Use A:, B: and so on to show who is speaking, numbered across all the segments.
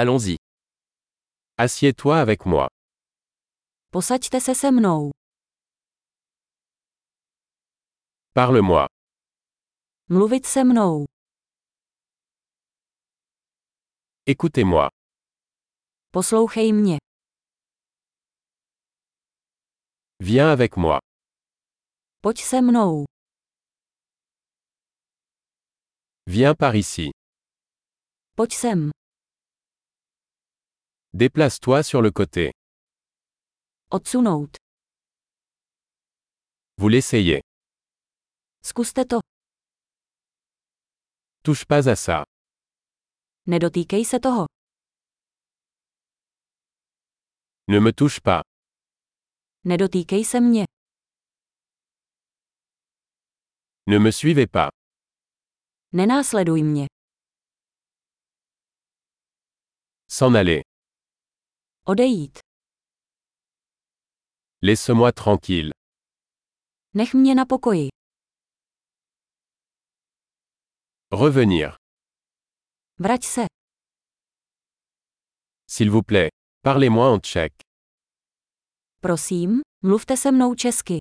A: Allons-y. Assieds-toi avec moi.
B: Posaďte se se mnou.
A: Parle-moi.
B: Mluvit se mnou.
A: Écoutez-moi.
B: Poslouchej mě.
A: Viens avec moi.
B: Pojď se mnou.
A: Viens par ici.
B: Pojď sem.
A: Déplace-toi sur le côté.
B: Odsunout.
A: Vous l'essayez.
B: Zkuste to.
A: Touche pas à ça.
B: Nedotýkej se toho.
A: Ne me touche pas.
B: Nedotýkej se mě.
A: Ne me suivez pas.
B: Nenásleduj mě.
A: S'en aller.
B: Odejít.
A: Laisse-moi tranquille.
B: Nech mě na pokoji.
A: Revenir.
B: Vrať se.
A: S'il vous plaît. Parlez-moi en tchèque.
B: Prosím, mluvte se mnou česky.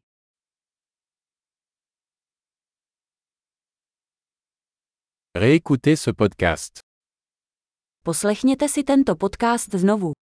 A: Réécoutez ce podcast.
B: Poslechněte si tento podcast znovu.